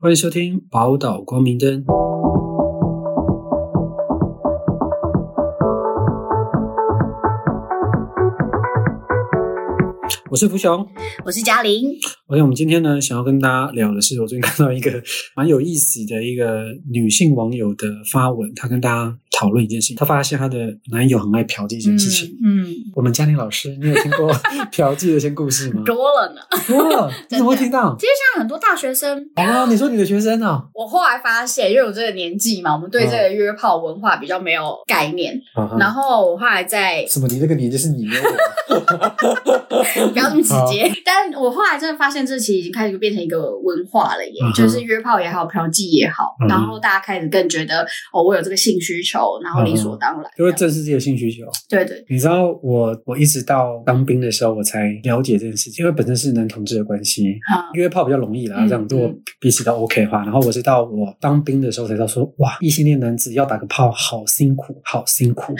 欢迎收听《宝岛光明灯》。我是福雄，我是嘉玲。 OK，我们今天呢，想要跟大家聊的是，我最近看到一个蛮有意思的一个女性网友的发文，她跟大家讨论一件事情，她发现她的男友很爱嫖妓这件事情。嗯，我们嘉玲老师，你有听过嫖妓的一些故事吗 嗯？多了呢。哇，你怎么会听 到？其实现在很多大学生，啊，你说你的学生啊？我后来发现，因为我这个年纪嘛，我们对这个约炮文化比较没有概念。嗯然后我后来在啊什么？你那个你就是你跟我不要这么直接，嗯但我后来真的发现，这其实已经开始变成一个文化了耶，嗯哼就是约炮也好，嫖妓也好，嗯哼然后大家开始更觉得哦，我有这个性需求，然后理所当然。就会正视自己的性需求。对对，你知道我，我一直到当兵的时候，我才了解这件事情，因为本身是男同志的关系，嗯约炮比较容易啦。嗯这样如果嗯彼此都 OK 的话，然后我是到我当兵的时候才知道说，哇，异性恋男子要打个炮好辛苦，好辛 苦。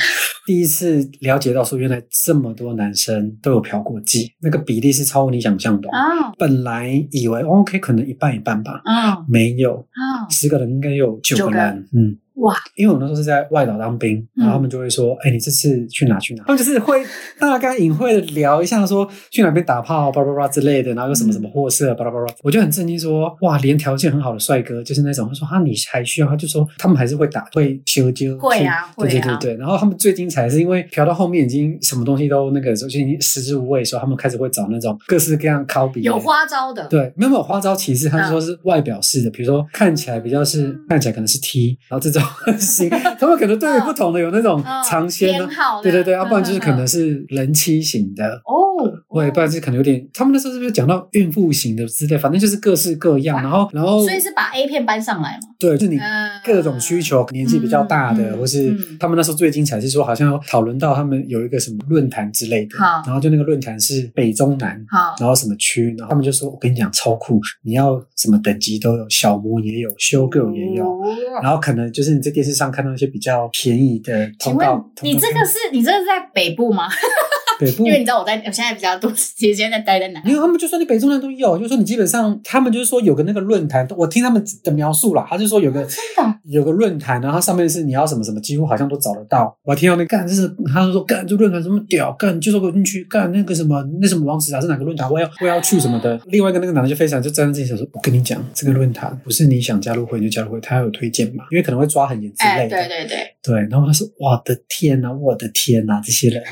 第一次了解到说，原来这么多男生都有嫖过妓，那个比例是超乎你想象的哦。啊，本来以为 OK 可能一半一半吧，嗯没有，嗯，十个人应该有九九个个人，嗯，哇，嗯因为我那时候是在外岛当兵，然后他们就会说，哎、你这次去哪去哪？他们就是会 大概隐晦的聊一下，说去哪边打炮，巴拉巴拉之类的，然后有什么什么货色，巴拉巴拉。我就很震惊说，哇，连条件很好的帅哥，就是那种，他说啊，你还需要？他就说他们还是会打，会修纠，会啊对对会对啊对。然后他们最精彩的是因为嫖到后面已经什么东西都那个的时候，就已经食之无味的时候，他们开始会找那种各式各样靠比的啊有花招的，对，没有没有花招歧视，嗯他是说是外表式的，比如说看起来比较是看起来可能是 T，然后 这种型，他们可能对于不同的有那种嗯，尝鲜偏呢，好的，对对对，要不然就是可能嗯是人妻型的。嗯嗯哦，对，不然就是可能有点，他们那时候是不是讲到孕妇型的之类，反正就是各式各样，然后然后所以是把 A 片搬上来嘛，对，就是你嗯，哦各种需求，年纪比较大的，嗯或是嗯他们那时候最精彩是说，好像有讨论到他们有一个什么论坛之类的好，然后就那个论坛是北中南，好，然后什么区，然后他们就说：“我跟你讲，超酷，你要什么等级都有，小模也有，修 girl 也有。哦然后可能就是你在电视上看到一些比较便宜的请通问告。你这个是你这个是在北部吗？嗯北部因为你知道我在我现在比较多时间在待在南没有，他们就说你北中南都有，就说你基本上，他们就是说有个那个论坛，我听他们的描述啦，他就说有个、的有个论坛，然后上面是你要什么什么，几乎好像都找得到。我还听到那个干，就是他就说干这论坛什么屌，干就说我进去干那个什么那什么王子啊是哪个论坛，我要我要去什么的。另外一个那个男的就非常就站在自己想说，我跟你讲，这个论坛不是你想加入会你就加入会，他有推荐嘛，因为可能会抓很严之哎，类的。对对对，对，然后他说：“我的天呐，我的天呐，这些人。”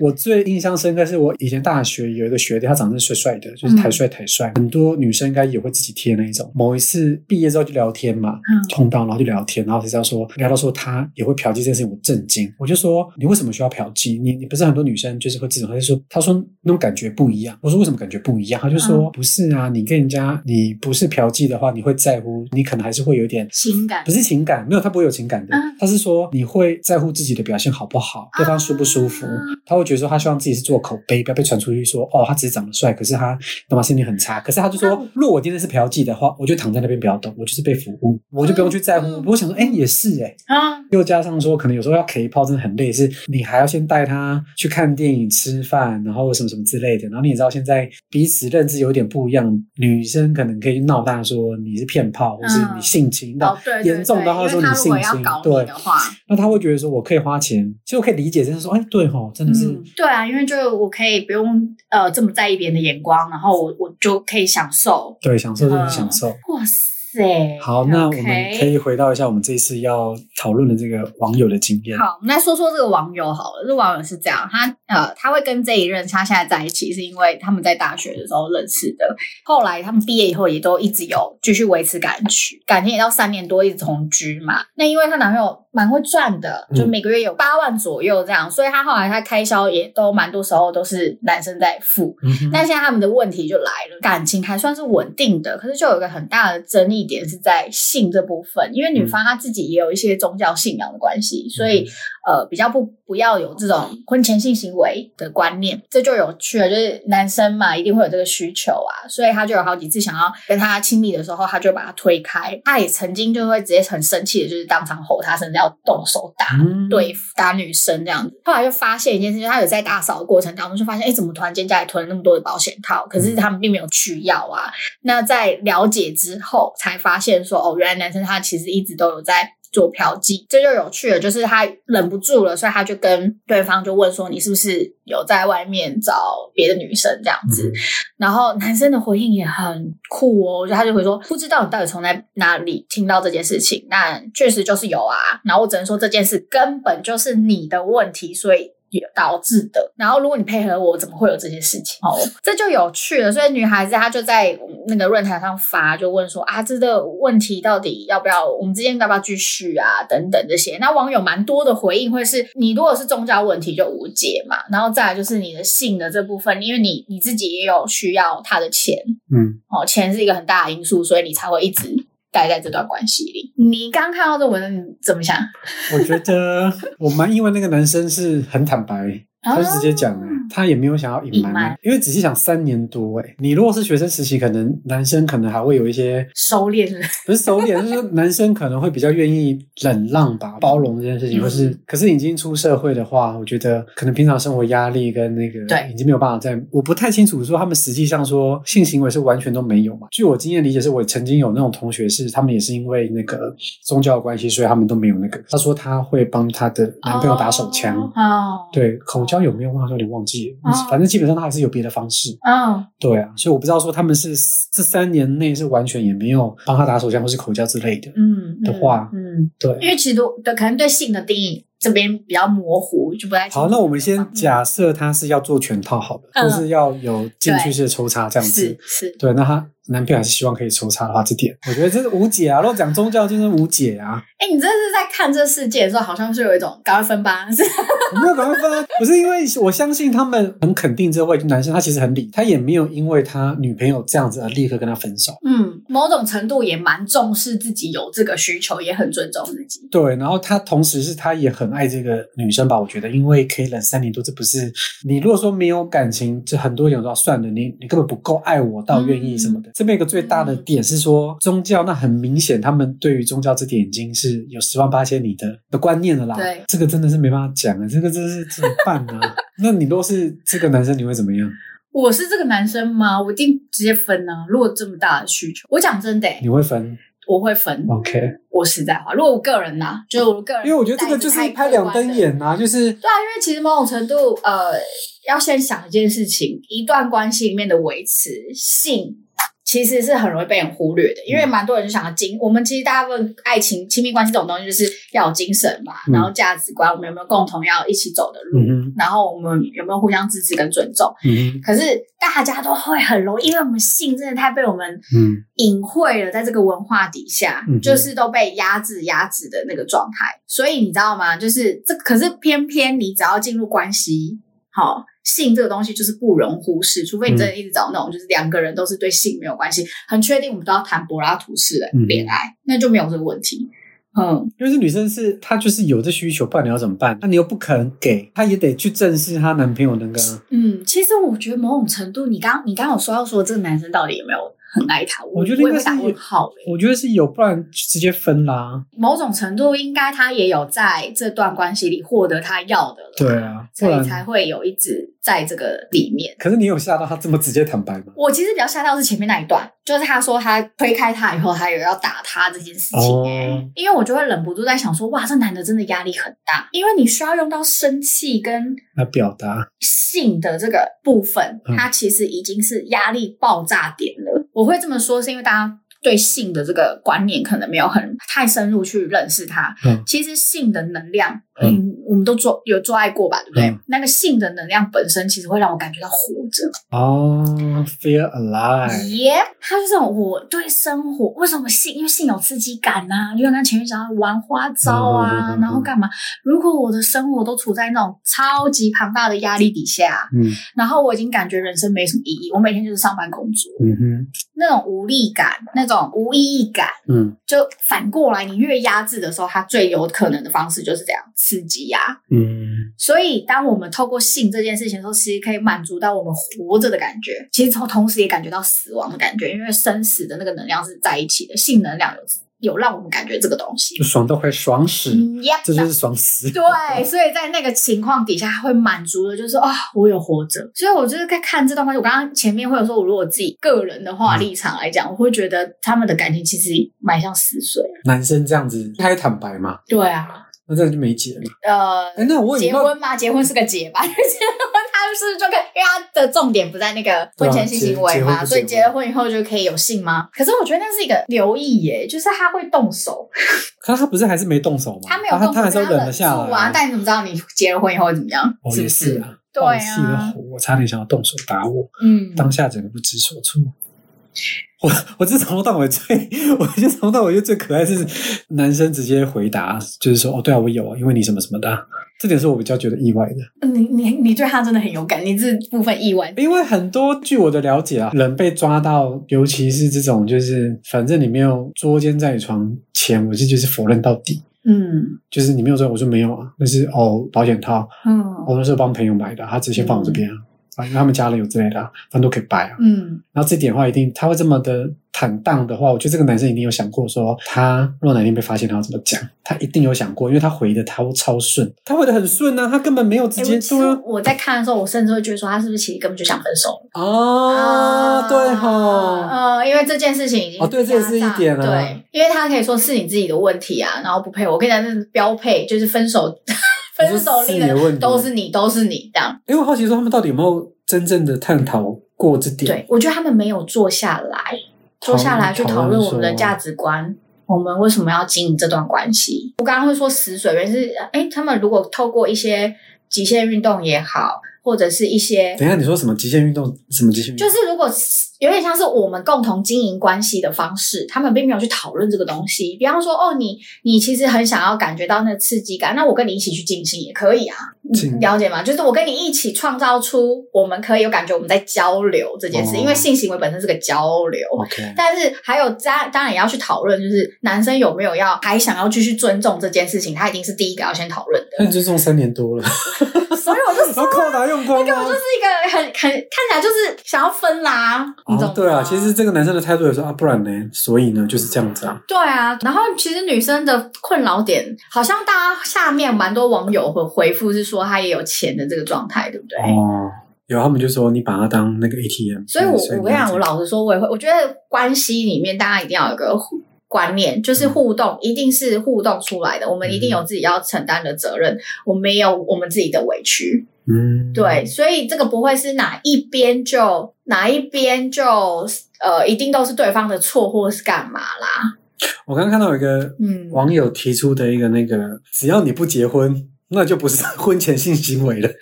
我最印象深刻是我以前大学有一个学弟，他长得是帅帅的，就是台帅台帅，很多女生应该也会自己贴那一种。某一次毕业之后就聊天嘛，嗯碰到然后就聊天，然后才知道说聊到说他也会嫖妓这件事情，我震惊。我就说你为什么需要嫖妓？你你不是很多女生就是会这种，他就说他说那种感觉不一样。我说为什么感觉不一样？他就说、不是啊，你跟人家你不是嫖妓的话，你会在乎，你可能还是会有点情感不是情感，没有，他不会有情感的嗯，他是说你会在乎自己的表现好不好，对方舒不舒服，啊他会觉得说他希望自己是做口碑，不要被传出去说哦，他只是长得帅，可是他他妈心情很差，可是他就说嗯，如果我今天是嫖妓的话，我就躺在那边不要动，我就是被服务，我就不用去在乎嗯。我想说，哎，也是哎，啊，又加上说，可能有时候要 K 炮真的很累，是你还要先带他去看电影、吃饭，然后什么什么之类的。然后你也知道现在彼此认知有点不一样，女生可能可以去闹大说你是骗炮，或是你性侵，那、哦对，对严重的话对说因你为他如性果要侵搞，对你，的话，那他会觉得说我可以花钱，其实我可以理解，真的说，哎，对吼，真的是。嗯，对啊，因为就我可以不用呃这么在意别人的眼光，然后我我就可以享受，对，享受就是享受。哇塞，好，那我嗯 OK 们可以回到一下我们这一次要讨论的这个网友的经验。好，我们来说说这个网友好了。这网友是这样，他呃，他会跟这一任他现在在一起，是因为他们在大学的时候认识的。后来他们毕业以后也都一直有继续维持感情，感情也到三年多一直同居嘛。那因为她男朋友蛮会赚的，就嗯每个月有八万左右这样，所以她后来她开销也都蛮多时候都是男生在付。嗯哼但现在他们的问题就来了，感情还算是稳定的，可是就有一个很大的争议点是在性这部分，因为女方她自己也有一些宗教信仰的关系，所以呃比较不不要有这种婚前性行为的观念，这就有趣了。就是男生嘛，一定会有这个需求啊，所以他就有好几次想要跟他亲密的时候，他就把他推开。他也曾经就会直接很生气的，就是当场吼他，甚至要动手打嗯，啊对付打女生这样子。后来就发现一件事，就是他有在打扫的过程当中就发现，哎，怎么突然间家里囤了那么多的保险套？可是他们并没有去要啊。那在了解之后，才发现说，哦，原来男生他其实一直都有在。做嫖妓，这就有趣了。就是他忍不住了，所以他就跟对方就问说：“你是不是有在外面找别的女生这样子？”嗯然后男生的回应也很酷哦，我觉得他就会说，不知道你到底从在哪里听到这件事情，那确实就是有啊。然后我只能说这件事根本就是你的问题，所以。也导致的。然后，如果你配合我，怎么会有这些事情？哦，这就有趣了。所以，女孩子她就在那个论坛上发，就问说啊，这个问题到底要不要，我们之间要不要继续啊？等等这些。那网友蛮多的回应会是，你如果是宗教问题就无解嘛，然后再来就是你的性的这部分，因为你你自己也有需要他的钱嗯，哦，钱是一个很大的因素，所以你才会一直待在这段关系里。你刚看到这文，你怎么想？我觉得我蛮因为那个男生是很坦 白，他就直接讲了啊，他也没有想要隐瞒哦隐啊瞒，因为仔细想三年多，哎，你如果是学生时期，可能男生可能还会有一些收敛是不是？不是收敛，就是说男生可能会比较愿意忍让吧，包容这件事情，嗯或是可是已经出社会的话，我觉得可能平常生活压力跟那个对已经没有办法再，我不太清楚说他们实际上说性行为是完全都没有嘛。据我经验理解，是我曾经有那种同学是他们也是因为那个宗教的关系，所以他们都没有那个。他说他会帮他的男朋友打手枪。哦，哦，对口交有没有？我好像有点忘记了，哦反正基本上他还是有别的方式。哦，对啊，所以我不知道说他们是这三年内是完全也没有帮他打手枪或是口交之类的。嗯，嗯的话嗯，因对，为其实我对可能对性的定义这边比较模糊，就不太清楚好，那我们先嗯假设他是要做全套好了，嗯就是要有进去式的抽插这样是子。是对，那她男朋友还是希望可以抽插的话，这点我觉得这是无解啊。如果讲宗教就是无解啊，哎、你真的是在看这世界的时候，好像是有一种赶快分吧， 是我没有赶快分啊，不是因为我相信他们很肯定这位男生，他其实很理，他也没有因为他女朋友这样子而立刻跟他分手。嗯，某种程度也蛮重视自己有这个需求，也很尊重自己。对，然后他同时是他也很爱这个女生吧，我觉得，因为可以忍三年多，这不是你如果说没有感情，这很多人说啊算了，你你根本不够爱我到愿意什么的。这边有一个最大的点是说宗教，那很明显他们对于宗教这点已经是有十万八千里的的观念了啦。对这个真的是没办法讲啊，这个真是怎么办呢、 那你如果是这个男生，你会怎么样？我是这个男生吗？我一定直接分啊！如果这么大的需求，我讲真的、欸你会分我会分。 ？OK，我实在话，如果我个人呐、啊就是我个人，哦因为我觉得这个就是一拍两瞪。眼啊，就是对啊，因为其实某种程度，呃，要先想一件事情，一段关系里面的维持性。其实是很容易被人忽略的，因为嗯蛮多人就想要精。我们其实大部分爱情、亲密关系这种东西，就是要有精神嘛，嗯然后价值观，我们有没有共同要一起走的路，嗯哼，然后我们有没有互相支持跟尊重。嗯哼，可是大家都会很容易，因为我们性真的太被我们嗯隐晦了，在这个文化底下，嗯哼就是都被压制、压制的那个状态。所以你知道吗？就是这，可是偏偏你只要进入关系，好、性这个东西就是不容忽视，除非你真嗯的一直找那种、就是两个人都是对性没有关系，很确定我们都要谈柏拉图式的嗯恋爱，那就没有这个问题。嗯，因为这女生是她就是有这需求，不然你要怎么办？那你又不肯给，她也得去正视她男朋友那个。嗯，其实我觉得某种程度，你刚你刚有说到说这个男生到底有没有很爱她，我我觉得应该也会打是问号、欸。我觉得是有，不然直接分啦。某种程度，应该他也有在这段关系里获得他要的了，对啊，不所以才然。会有一直在这个里面。可是你有吓到她这么直接坦白吗？我其实比较吓到是前面那一段，就是他说他推开他以后，他有要打他这件事情、欸哦因为我就会忍不住在想说，哇，这男的真的压力很大，因为你需要用到生气跟来表达，性的这个部分嗯，它其实已经是压力爆炸点了。我会这么说，是因为大家对性的这个观念可能没有很太深入去认识它。嗯其实性的能量，嗯嗯，我们都做有做爱过吧，对不对？嗯那个性的能量本身其实会让我感觉到活着。哦，feel alive，耶、它就是我对生活为什么性，因为性有刺激感呐、就像刚前面讲到玩花招啊，嗯嗯嗯嗯然后干嘛？如果我的生活都处在那种超级庞大的压力底下，嗯然后我已经感觉人生没什么意义，我每天就是上班工作，嗯哼，那种无力感、那种无意义感，嗯就反过来，你越压制的时候，它最有可能的方式就是这样，刺激呀、嗯，所以，当我们透过性这件事情的时候，其实可以满足到我们活着的感觉，其实同同时也感觉到死亡的感觉，因为生死的那个能量是在一起的，性能量有有让我们感觉这个东西就。爽到快爽死，嗯，yep，这就是爽 死。对，所以在那个情况底下，会满足的，就是啊、我有活着。所以我就是在看这段关系。我刚刚前面会有说，我如果自己个人的话嗯立场来讲，我会觉得他们的感情其实蛮像死水。男生这样子开坦白嘛，对啊，那这样就没解了。呃，哎，那我问你，结那婚吗？结婚是个结吧？结婚他是哎就可以，因为他的重点不在那个婚前性行为对啊结结婚嘛，不所以结结婚了婚以后就可以有性吗？可是我觉得那是一个留意耶，就是他会动手，可是他不是还是没动手吗？他没有动手，啊他还是但忍他忍了下住啊。来。但你怎么知道你结了婚以后会怎么样？哦，是也不是是？啊，对暴气的啊吼，我差点想要动手打我，嗯，当下整个不知所措。我我这从头到尾最，我觉得从头到尾就最可爱是男生直接回答，就是说哦，对啊，我有啊，因为你什么什么的啊，这点是我比较觉得意外的。嗯你你你对他真的很有感，你这部分意外。因为很多据我的了解啊，人被抓到，尤其是这种就是反正你没有捉奸在床前，我是就是否认到底，嗯就是你没有说我说没有啊，那是哦保险套，我嗯那时候帮朋友买的，他直接放我这边啊。啊，因为他们家人有之类的、啊，反正都可以掰啊。嗯然后这点的话，一定他会这么的坦荡的话，我觉得这个男生一定有想过说，他若哪天被发现，他要怎么讲？他一定有想过，因为他回的他超顺，他回的很顺啊，他根本没有直哎接啊我其说、实我在看的时候，我甚至会觉得说，他是不是其实根本就想分手了啊，对哈、呃，因为这件事情已经哦对这也是一点啊对，因为他可以说是你自己的问题啊，然后不配我，我跟你讲，这是标配，就是分手 分手令你的问题都是你，都是你这样。因为我好奇说他们到底有没有真正的探讨过这点？对，我觉得他们没有坐下来，讨坐论，下来去讨论我们的价值。值观。我们为什么要经营这段关系？我刚刚会说死水原因是，哎，他们如果透过一些极限运动也好，或者是一些等一下，你说什么极限运动？什么极限运动？就是如果有点像是我们共同经营关系的方式，他们并没有去讨论这个东西。比方说，哦，你你其实很想要感觉到那个刺激感，那我跟你一起去进行也可以啊，进你了解吗？就是我跟你一起创造出我们可以有感觉我们在交流这件事，哦因为性行为本身是个交流。 OK，但是还有当当然也要去讨论，就是男生有没有要还想要继续尊重这件事情，他一定是第一个要先讨论 那的。你就用三年多了， 所以我就然后扣打用光哦我就了是。一个很很看起来就是想要分啦，你懂哦，吗、对啊，其实这个男生的态度也说啊，不然呢？所以呢，就是这样子啊。对啊，然后其实女生的困扰点，好像大家下面蛮多网友会回复是说她也有钱的这个状态，对不对？哦，有他们就说你把他当那个 ATM，所以我，我跟你讲，这样我老实说，我也会，我觉得关系里面大家一定要有个互观念，就是互动、一定是互动出来的，我们一定有自己要承担的责任，我们也有我们自己的委屈，嗯，对，所以这个不会是哪一边就哪一边就呃，一定都是对方的错或是干嘛啦，我刚刚看到有一个嗯，网友提出的一个那个，只要你不结婚，那就不是婚前性行为了。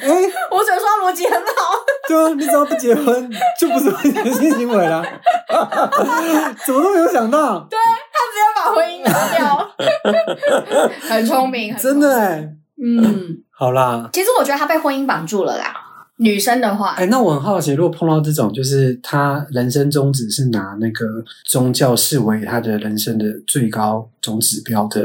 哎、 我只能说他逻辑很好。对啊，你只要不结婚，就不是婚前性行为啦。 怎么都没有想到，直接把婚姻拿掉， 很聪明，很真聪明的哎、嗯，好啦，其实我觉得他被婚姻绑住了啦。女生的话，哎、那我很好奇，如果碰到这种，就是他人生宗旨是拿那个宗教视为他的人生的最高总指标的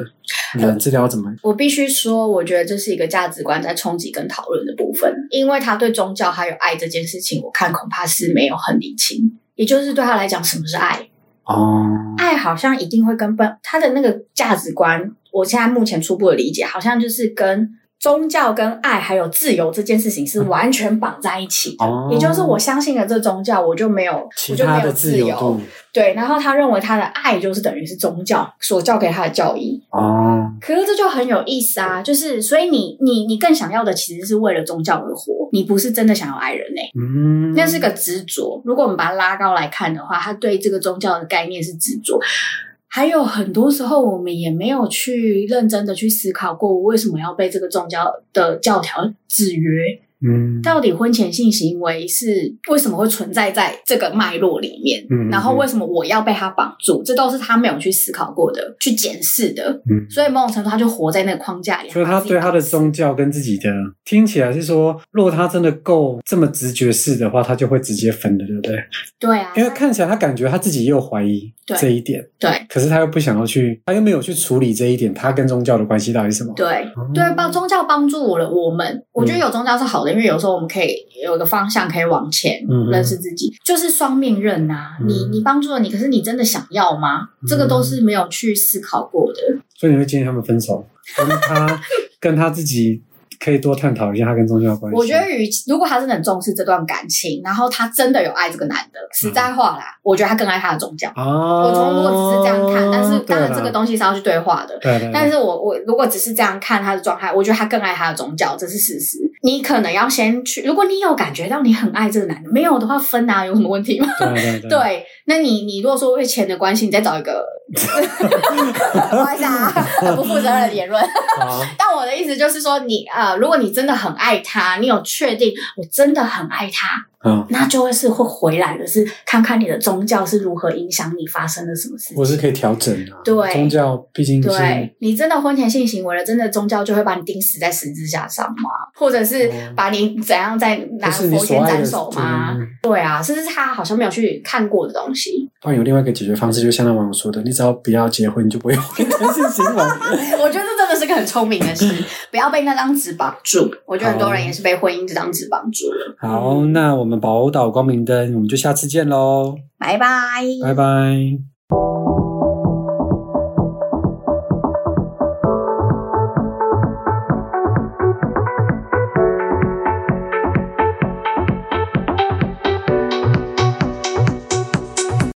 呃人，治疗怎么？我必须说，我觉得这是一个价值观在冲击跟讨论的部分，因为他对宗教还有爱这件事情，我看恐怕是没有很理清。也就是对他来讲，什么是爱？哦，爱好像一定会跟本他的那个价值观，我现在目前初步的理解，好像就是跟宗教、跟爱还有自由这件事情是完全绑在一起的。哦，啊也就是我相信了这宗教，我就没有，其我就他没的有自自由度对，然后他认为他的爱就是等于是宗教所教给他的教义，哦。可是这就很有意思啊！就是所以你你你更想要的其实是为了宗教而活，你不是真的想要爱人呢、欸嗯，那是个执着。如果我们把它拉高来看的话，他对这个宗教的概念是执着。还有很多时候，我们也没有去认真的去思考过，我为什么要被这个宗教的教条制约？嗯，到底婚前性行为是为什么会存在在这个脉络里面？嗯嗯然后为什么我要被他绑住？这都是他没有去思考过的、去检视的。嗯所以某种程度，他就活在那个框架里。所以他对他的宗教跟自己的听起来是说，如果他真的够这么直觉式的话，他就会直接分的，对不对？对啊，因为看起来他感觉他自己也有怀疑对这一点，对可是他又不想要去，他又没有去处理这一点，他跟宗教的关系到底是什么？对哦对，啊帮宗教帮助我了。我嗯们我觉得有宗教是好的，因为有时候我们可以有一个方向可以往前嗯嗯认识自己，就是双面刃呐、嗯你你帮助了你，可是你真的想要吗？这个都是没有去思考过的。所以你会建议他们分手，跟 他跟他自己可以多探讨一下他跟宗教的关系。我觉得与其，如果他真的很重视这段感情，然后他真的有爱这个男的，实在话啦，我觉得他更爱他的宗教。啊，我从如果只是这样看，但是当哦然对啦这个东西是要去对话的。对对对，但是我我如果只是这样看他的状态，我觉得他更爱他的宗教，这是事实。你可能要先去，如果你有感觉到你很爱这个男的，没有的话分啊，有什么问题吗？对对对，对，那你你如果说为钱的关系，你再找一个，不好意思啊，很不负责任的言论。好，但我的意思就是说，你呃，如果你真的很爱他，你有确定我真的很爱他，嗯，那就会是会回来的是看看你的宗教是如何影响你发生了什么事情。我是可以调整的、对宗教毕竟是对你真的婚前性行为了，真的宗教就会把你钉死在十字架上吗？或者是哦把你怎样再拿不是你佛所前爱斩的首吗？嗯对啊，甚至他好像没有去看过的 东西。换有另外一个解决方式，就像那网友说的，你只要不要结婚，你就不会有 婚前性行为。我觉得这真的是个很聪明 的事，不要被那张纸绑住。我觉得很多人也是被婚姻这张纸绑住了。好，那我们宝岛光明灯，我们就下次见喽，拜拜。拜拜。